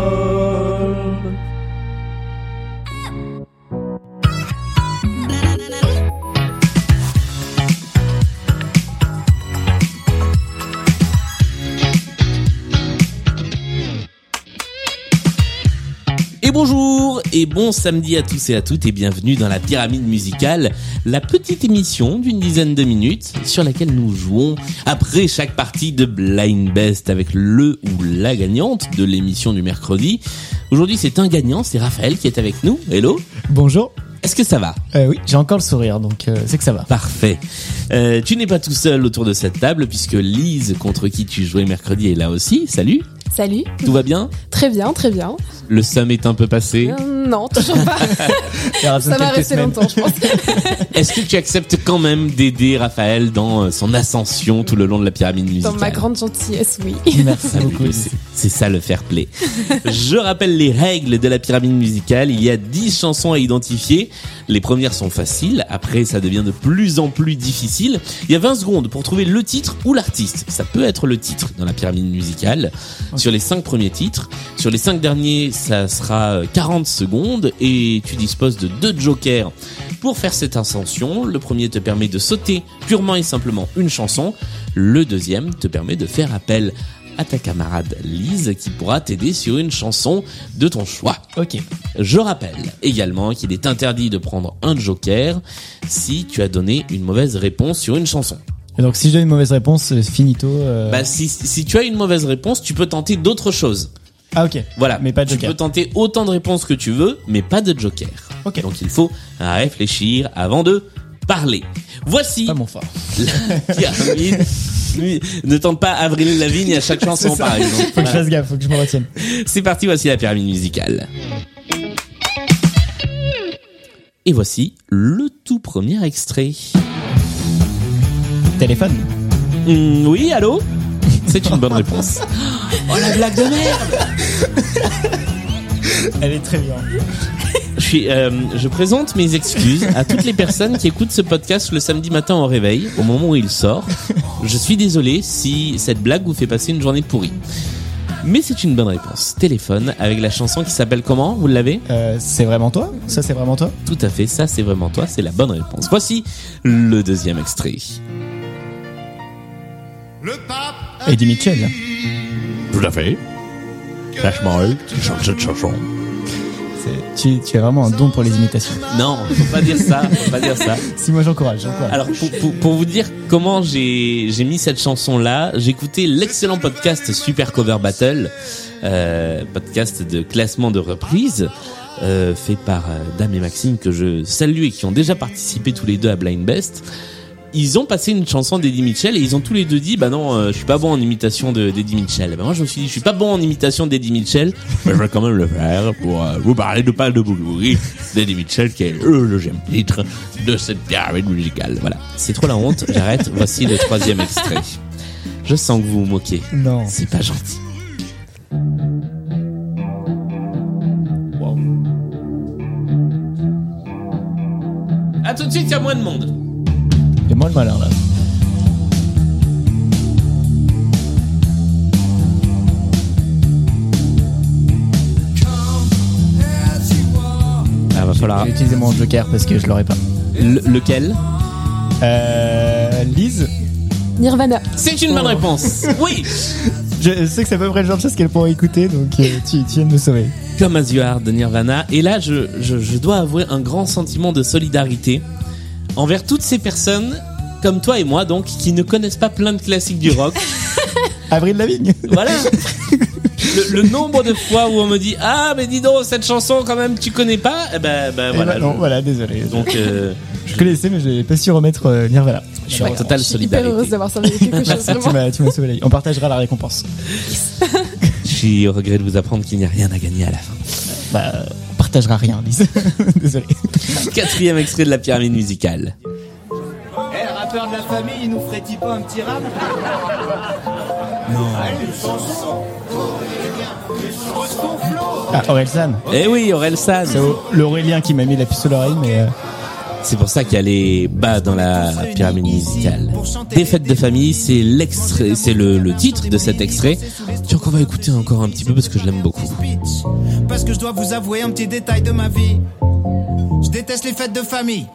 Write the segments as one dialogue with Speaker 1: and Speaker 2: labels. Speaker 1: microstodome.
Speaker 2: Et bonjour et bon samedi à tous et à toutes et bienvenue dans la pyramide musicale, la petite émission d'une dizaine de minutes sur laquelle nous jouons après chaque partie de Blind Best avec le ou la gagnante de l'émission du mercredi. Aujourd'hui c'est un gagnant, c'est Raphaël qui est avec nous. Hello,
Speaker 3: Bonjour.
Speaker 2: est-ce que ça va
Speaker 3: Euh, oui, j'ai encore le sourire, donc euh, c'est que ça va.
Speaker 2: Parfait. Euh, tu n'es pas tout seul autour de cette table puisque Lise contre qui tu jouais mercredi est là aussi. Salut,
Speaker 4: Salut.
Speaker 2: tout va bien
Speaker 4: Très bien, très bien.
Speaker 2: Le somme est un peu passé.
Speaker 4: Euh, non, toujours pas. Ça va rester longtemps, je pense.
Speaker 2: Est-ce que tu acceptes quand même d'aider Raphaël dans euh, son ascension tout le long de la pyramide musicale
Speaker 4: Dans ma grande gentillesse, oui.
Speaker 3: Merci
Speaker 2: Salut,
Speaker 3: beaucoup.
Speaker 2: c'est- C'est ça le fair play. Je rappelle les règles de la pyramide musicale. Il y a 10 chansons à identifier. Les premières sont faciles. Après, ça devient de plus en plus difficile. Il y a 20 secondes pour trouver le titre ou l'artiste. Ça peut être le titre dans la pyramide musicale. Sur les 5 premiers titres. Sur les 5 derniers, ça sera euh, 40 secondes. Et tu disposes de deux jokers pour faire cette ascension. Le premier te permet de sauter purement et simplement une chanson. Le deuxième te permet de faire appel à ta camarade Lise qui pourra t'aider sur une chanson de ton choix.
Speaker 3: Ok.
Speaker 2: Je rappelle également qu'il est interdit de prendre un joker si tu as donné une mauvaise réponse sur une chanson.
Speaker 3: Et donc si je donne une mauvaise réponse, c'est finito. euh,
Speaker 2: Bah si, si tu as une mauvaise réponse, tu peux tenter d'autres choses.
Speaker 3: Ah ok.
Speaker 2: Voilà,
Speaker 3: Mais pas de
Speaker 2: tu
Speaker 3: joker.
Speaker 2: peux tenter autant de réponses que tu veux, mais pas de joker.
Speaker 3: Ok.
Speaker 2: Donc il faut réfléchir avant de parler. Voici
Speaker 3: Pas mon fort.
Speaker 2: la pyramide. Lui, ne tente pas Avril Lavigne à chaque chanson
Speaker 3: C'est ça.
Speaker 2: par exemple.
Speaker 3: Faut que je fasse gaffe, faut que je me retienne.
Speaker 2: C'est parti, voici la pyramide musicale. Et voici le tout premier extrait.
Speaker 3: Téléphone.
Speaker 2: Hmm, oui, allô C'est une bonne réponse. Oh la blague de merde
Speaker 3: Elle est très bien.
Speaker 2: je, suis, euh, je présente mes excuses à toutes les personnes qui écoutent ce podcast le samedi matin au réveil, au moment où il sort. Je suis désolé si cette blague vous fait passer une journée pourrie. Mais c'est une bonne réponse. Téléphone avec la chanson qui s'appelle comment Vous l'avez
Speaker 3: Euh, c'est vraiment toi Ça c'est vraiment toi
Speaker 2: Tout à fait, ça c'est vraiment toi, c'est la bonne réponse. Voici le deuxième extrait.
Speaker 5: Le pape
Speaker 3: Eddie Mitchell.
Speaker 6: Tout à fait. Flash Morel, qui chante cette chanson.
Speaker 3: C'est- Tu, tu as vraiment un don pour les imitations.
Speaker 2: Non, faut pas dire ça, faut pas dire ça.
Speaker 3: Si moi j'encourage, j'encourage.
Speaker 2: Alors pour, pour- pour vous dire comment j'ai j'ai mis cette chanson là, j'ai écouté l'excellent podcast Super Cover Battle, euh, podcast de classement de reprises euh, fait par euh, Dame et Maxime que je salue et qui ont déjà participé tous les deux à Blind Best. Ils ont passé une chanson d'Eddie Mitchell et ils ont tous les deux dit bah non euh, je suis pas bon en imitation de d'Eddie Mitchell. Et ben moi je me suis dit je suis pas bon en imitation d'Eddie Mitchell, mais je vais quand même le faire pour euh, vous parler de Pâle de Boulouris d'Eddie Mitchell qui est le deuxième titre de cette pyramide musicale. Voilà, c'est trop la honte, j'arrête. Voici le troisième extrait. Je sens que vous vous moquez.
Speaker 3: Non.
Speaker 2: C'est pas gentil. À tout de suite, il y a moins de monde.
Speaker 3: C'est moi le malin là.
Speaker 2: Ah, va falloir.
Speaker 3: J'ai utilisé mon joker parce que je l'aurais pas.
Speaker 2: Le- lequel
Speaker 3: Euh, Lise,
Speaker 4: Nirvana.
Speaker 2: C'est
Speaker 4: Oh.
Speaker 2: une bonne réponse. Oui
Speaker 3: je sais que c'est à peu près le genre de choses qu'elle pourrait écouter, donc euh, tu, tu viens de me sauver.
Speaker 2: Comme As You Are de Nirvana. Et là, je, je, je dois avouer un grand sentiment de solidarité envers toutes ces personnes, comme toi et moi, donc, qui ne connaissent pas plein de classiques du rock.
Speaker 3: Avril Lavigne.
Speaker 2: Voilà le, le nombre de fois où on me dit Ah, mais dis donc, cette chanson, quand même, tu connais pas Eh ben, ben,
Speaker 3: Eh
Speaker 2: voilà.
Speaker 3: ben non,
Speaker 2: je-
Speaker 3: voilà, désolé.
Speaker 2: Donc, euh,
Speaker 3: Je connaissais, mais je n'ai pas su remettre euh, Nirvana.
Speaker 2: je suis en totale
Speaker 4: Je suis hyper heureuse
Speaker 2: solidarité.
Speaker 4: d'avoir servi à quelque chose
Speaker 3: Tu
Speaker 4: vraiment.
Speaker 3: m'as, tu m'as sauvé la vie. On partagera la récompense.
Speaker 2: Je suis au regret de vous apprendre qu'il n'y a rien à gagner à la fin.
Speaker 3: Bah, euh, on partagera rien, Lise. Désolé.
Speaker 2: Quatrième extrait de la pyramide musicale.
Speaker 7: Eh, le rappeur de la famille, il nous ferait-il pas un petit rap
Speaker 3: Ah, Aurel San.
Speaker 2: Eh oui, Aurel San
Speaker 3: Ah,
Speaker 4: Oh.
Speaker 2: Eh
Speaker 3: L'Aurélien qui m'a mis la puce à l'oreille, mais euh,
Speaker 2: C'est pour ça qu'elle est bas dans la pyramide musicale. Des fêtes de famille, c'est l'extrait, c'est le, le titre de cet extrait. Tiens, qu'on va écouter encore un petit peu parce que je l'aime beaucoup.
Speaker 1: Parce que je dois vous avouer un petit détail de ma vie. Je déteste les fêtes de famille.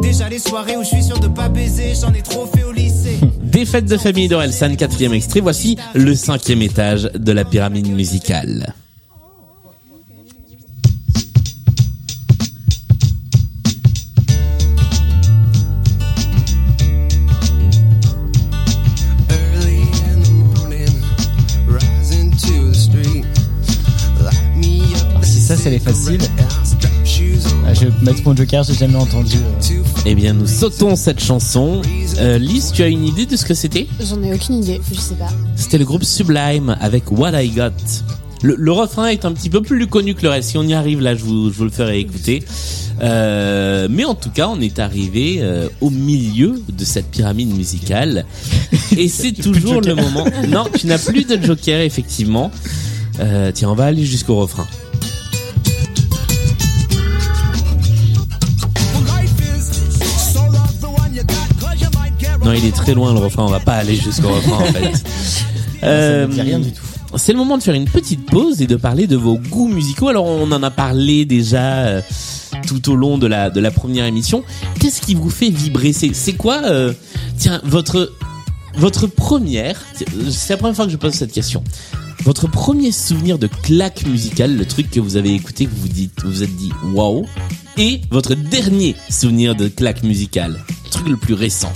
Speaker 1: Déjà les soirées où je suis sûr de pas baiser, j'en ai trop fait au lycée.
Speaker 2: Des fêtes de famille d'Orelsan, quatrième extrait. Voici le cinquième étage de la pyramide musicale.
Speaker 3: Si ça, c'est les faciles. Ah, je vais mettre mon joker, j'ai jamais entendu. euh.
Speaker 2: Eh bien, nous sautons cette chanson. Euh, Lise, tu as une idée de ce que c'était
Speaker 4: J'en ai aucune idée, je sais pas.
Speaker 2: C'était le groupe Sublime avec What I Got. Le, le refrain est un petit peu plus connu que le reste. Si on y arrive, là, je vous, je vous le ferai écouter. Euh, mais en tout cas, on est arrivé euh, au milieu de cette pyramide musicale. Et c'est toujours le moment. Non, tu n'as plus de joker, effectivement. Euh, tiens, on va aller jusqu'au refrain. Non, il est très loin le refrain. On va pas aller jusqu'au refrain, en fait.
Speaker 3: euh,
Speaker 2: Euh,
Speaker 3: Ça me dit rien du tout.
Speaker 2: C'est le moment de faire une petite pause et de parler de vos goûts musicaux. Alors on en a parlé déjà euh, tout au long de la de la première émission. Qu'est-ce qui vous fait vibrer C'est c'est quoi euh, Tiens votre votre première. C'est la première fois que je pose cette question. Votre premier souvenir de claque musicale, le truc que vous avez écouté, que vous vous dites, vous vous êtes dit waouh, et votre dernier souvenir de claque musicale, le truc le plus récent.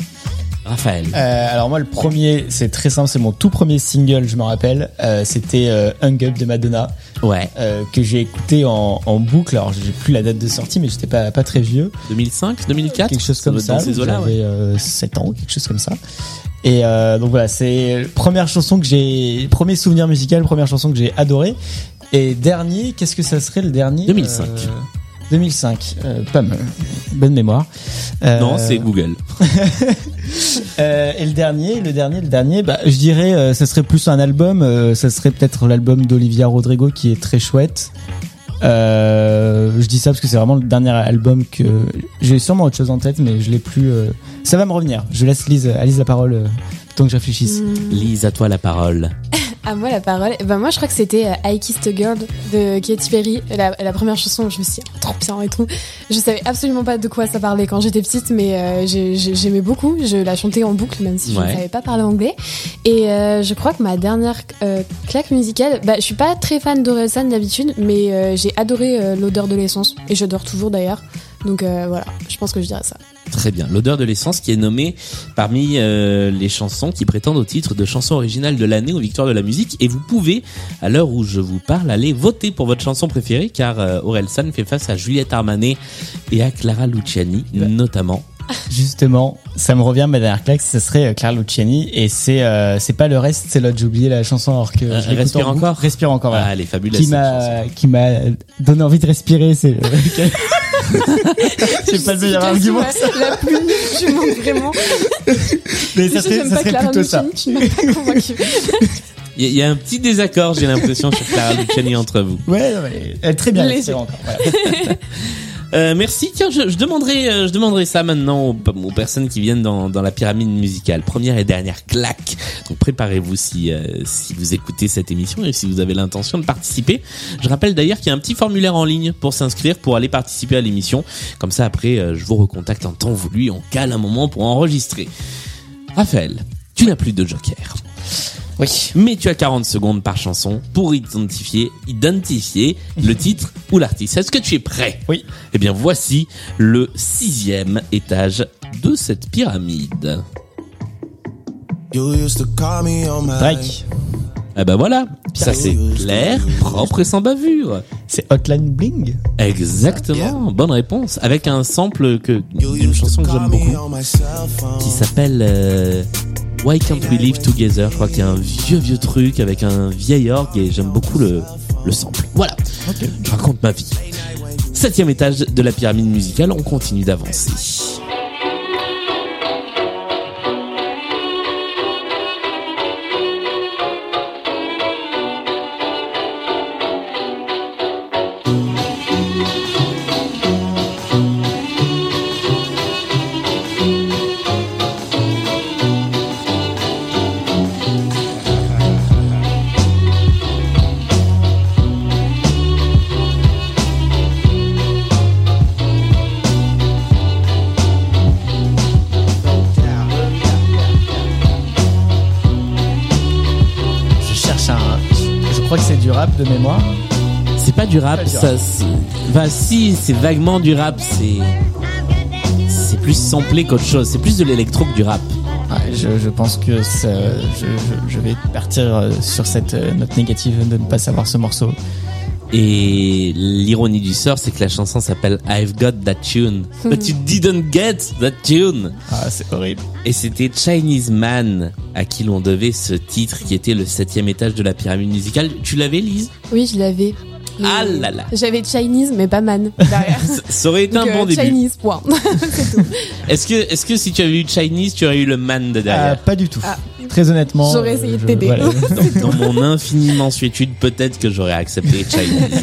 Speaker 2: Raphaël.
Speaker 3: Euh, alors moi le premier c'est très simple c'est mon tout premier single je me rappelle Euh, c'était euh, Hung Up de Madonna
Speaker 2: Ouais.
Speaker 3: euh, que j'ai écouté en, en boucle alors j'ai plus la date de sortie mais j'étais pas pas très vieux
Speaker 2: 2005, 2004,
Speaker 3: quelque chose comme
Speaker 2: doit Ah, être
Speaker 3: ça.
Speaker 2: Dans ces eaux-là, ouais.
Speaker 3: J'avais euh, 7 ans, quelque chose comme ça. Et euh, donc voilà, c'est la première chanson que j'ai, premier souvenir musical, première chanson que j'ai adoré. Et dernier, qu'est-ce que ça serait le dernier
Speaker 2: 2005.
Speaker 3: Euh, 2005, euh, pas mal, bonne mémoire. Euh,
Speaker 2: Non, c'est Google.
Speaker 3: euh, et le dernier, le dernier, le dernier, bah, je dirais, euh, ça serait plus un album. euh, ça serait peut-être l'album d'Olivia Rodrigo qui est très chouette. Euh, je dis ça parce que c'est vraiment le dernier album que j'ai sûrement autre chose en tête, mais je l'ai plus. euh, Ça va me revenir. Je laisse Lise, à Lise la parole euh, tant que je réfléchisse.
Speaker 2: Lise, à toi la parole.
Speaker 4: À moi la parole. Eh ben moi je crois que c'était euh, I Kissed a Girl de Katy Perry, la, la première chanson où je me suis dit, Ah, trop bien et tout. Je savais absolument pas de quoi ça parlait quand j'étais petite, mais euh, j'ai- j'ai- j'aimais beaucoup. Je la chantais en boucle même si je
Speaker 2: Ouais.
Speaker 4: ne savais pas parler anglais. Et euh, je crois que ma dernière euh, claque musicale, bah je suis pas très fan d'Orelsan d'habitude, mais euh, j'ai adoré euh, l'odeur de l'essence et j'adore toujours d'ailleurs. Donc euh, voilà, je pense que je dirais ça.
Speaker 2: Très bien. L'odeur de l'essence qui est nommée parmi euh, les chansons qui prétendent au titre de chanson originale de l'année aux victoires de la musique. Et vous pouvez, à l'heure où je vous parle, aller voter pour votre chanson préférée car euh, Orelsan fait face à Juliette Armanet et à Clara Luciani notamment.
Speaker 3: Justement, ça me revient ma dernière claque, ça serait euh, Claire Luciani et c'est euh, c'est pas le reste, c'est l'autre. J'ai oublié la chanson alors que
Speaker 2: Euh,
Speaker 3: je l'écoute
Speaker 2: Respire
Speaker 3: en boucle.
Speaker 2: encore
Speaker 3: respire encore. voilà.
Speaker 2: Ah, elle est fabuleuse.
Speaker 3: qui
Speaker 2: cette chanson.
Speaker 3: m'a qui m'a donné envie de respirer. C'est c'est pas le meilleur argument.
Speaker 4: Justification, ouais, La plus nulle du monde vraiment.
Speaker 3: Mais ça
Speaker 4: Je
Speaker 3: serait,
Speaker 4: n'aime
Speaker 3: ça
Speaker 4: pas
Speaker 3: serait
Speaker 4: Clara
Speaker 3: plutôt ça.
Speaker 4: Luciani, Tu ne m'as pas convaincue.
Speaker 2: Il y, a- il y a un petit désaccord, j'ai l'impression, sur Clara Luciani entre vous.
Speaker 3: Ouais, non, mais, euh, très bien.
Speaker 4: Les
Speaker 3: respire encore, voilà.
Speaker 2: Euh, merci. Tiens, je, je demanderai, euh, je demanderai ça maintenant aux, aux personnes qui viennent dans, dans la pyramide musicale. Première et dernière claque. Donc préparez-vous si euh, si vous écoutez cette émission et si vous avez l'intention de participer. Je rappelle d'ailleurs qu'il y a un petit formulaire en ligne pour s'inscrire, pour aller participer à l'émission. Comme ça, après, euh, je vous recontacte en temps voulu. et On cale un moment pour enregistrer. Raphaël, tu n'as plus de joker.
Speaker 3: Oui.
Speaker 2: Mais tu as 40 secondes par chanson pour identifier, identifier le titre ou l'artiste. Est-ce que tu es prêt
Speaker 3: Oui.
Speaker 2: Eh bien, voici le sixième étage de cette pyramide.
Speaker 5: You used to call me on my
Speaker 3: Drake,
Speaker 2: Eh ben voilà, ça c'est clair, propre et sans bavure.
Speaker 3: c'est Hotline Bling.
Speaker 2: Exactement, bonne réponse. Avec un sample que
Speaker 5: You
Speaker 2: d'une
Speaker 5: used to
Speaker 2: chanson que
Speaker 5: call
Speaker 2: j'aime
Speaker 5: me
Speaker 2: beaucoup,
Speaker 5: on my cell phone.
Speaker 2: qui s'appelle euh, Why Can't We Live Together. Je crois qu'il y a un vieux vieux truc avec un vieil orgue et j'aime beaucoup le le sample. Voilà, je raconte ma vie. Septième étage de la pyramide musicale, on continue d'avancer.
Speaker 3: crois que c'est du rap de mémoire.
Speaker 2: C'est pas du rap,
Speaker 3: C'est pas du
Speaker 2: ça. c'est- Enfin, si, c'est vaguement du rap. C'est c'est plus samplé qu'autre chose. C'est plus de l'électro que du rap.
Speaker 3: Ouais, je, je pense que ça- je, je- je vais partir euh, sur cette euh, note négative de ne pas savoir ce morceau.
Speaker 2: Et l'ironie du sort, c'est que la chanson s'appelle I've Got That Tune, but you didn't get that tune.
Speaker 3: Ah, c'est horrible.
Speaker 2: Et c'était Chinese Man à qui l'on devait ce titre qui était le septième étage de la pyramide musicale. Tu l'avais, Lise
Speaker 4: Oui, je l'avais. Mais-
Speaker 2: Ah là là.
Speaker 4: J'avais Chinese, mais pas man derrière.
Speaker 2: Ça- Ça aurait été
Speaker 4: Donc,
Speaker 2: un bon
Speaker 4: euh,
Speaker 2: début.
Speaker 4: Chinese, point.
Speaker 2: Est-ce que, est-ce que si tu avais eu Chinese, tu aurais eu le man de
Speaker 3: Ah,
Speaker 2: derrière
Speaker 3: pas du tout.
Speaker 4: Ah.
Speaker 3: Très honnêtement.
Speaker 4: J'aurais
Speaker 3: euh,
Speaker 4: essayé de
Speaker 3: je-
Speaker 4: t'aider.
Speaker 3: voilà.
Speaker 2: dans, dans mon infinie mansuétude, peut-être que j'aurais accepté Chinese.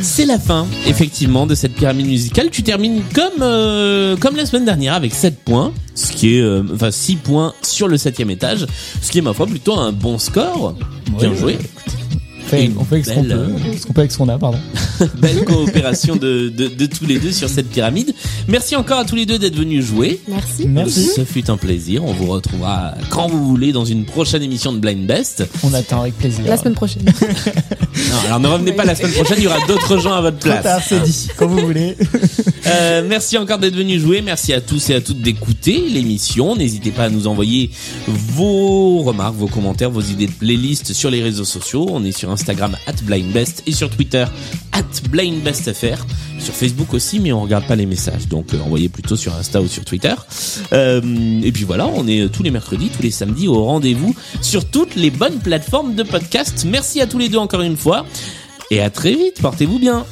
Speaker 2: C'est la fin, effectivement, de cette pyramide musicale. Tu termines comme, euh, comme la semaine dernière avec 7 points, ce qui est, euh, enfin, 6 points sur le 7ème étage, ce qui est, ma foi, plutôt un bon score. Bien
Speaker 3: Ouais.
Speaker 2: joué.
Speaker 3: On fait- on fait avec ce qu'on
Speaker 2: Belle,
Speaker 3: peut, ce qu'on peut avec ce qu'on a, pardon.
Speaker 2: Belle coopération de, de, de tous les deux sur cette pyramide. Merci encore à tous les deux d'être venus jouer.
Speaker 4: Merci.
Speaker 3: Merci.
Speaker 2: Ce fut un plaisir. On vous retrouvera quand vous voulez dans une prochaine émission de Blind Best.
Speaker 3: On attend avec plaisir.
Speaker 4: La semaine prochaine.
Speaker 2: Non, alors ne revenez pas la semaine prochaine, il y aura d'autres gens à votre
Speaker 3: Trop
Speaker 2: place.
Speaker 3: tard, c'est dit. Quand vous voulez.
Speaker 2: Euh, merci encore d'être venu jouer. Merci à tous et à toutes d'écouter l'émission. N'hésitez pas à nous envoyer vos remarques, vos commentaires, vos idées de playlist sur les réseaux sociaux. On est sur Instagram blindbest et sur Twitter blindbestfr. Sur Facebook aussi, mais on regarde pas les messages. Donc euh, envoyez plutôt sur Insta ou sur Twitter. Euh, et puis voilà, on est euh, tous les mercredis, tous les samedis au rendez-vous sur toutes les bonnes plateformes de podcast. Merci à tous les deux encore une fois. Et à très vite. Portez-vous bien.